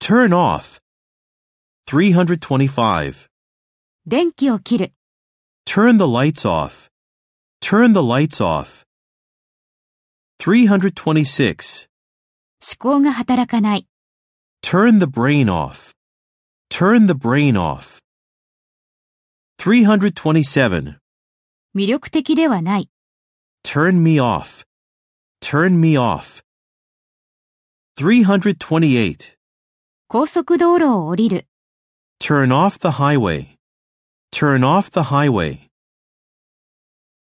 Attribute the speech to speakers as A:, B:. A: Turn off. 325.
B: 電気を切る、
A: Turn the lights off. Turn the lights off. 326.
B: 思考が働かない、
A: Turn the brain off. Turn the brain off. 327.
B: 魅力的ではない、
A: Turn me off. Turn me off. 328.
B: 高速道路を降りる。
A: Turn off the highway. Turn off the highway.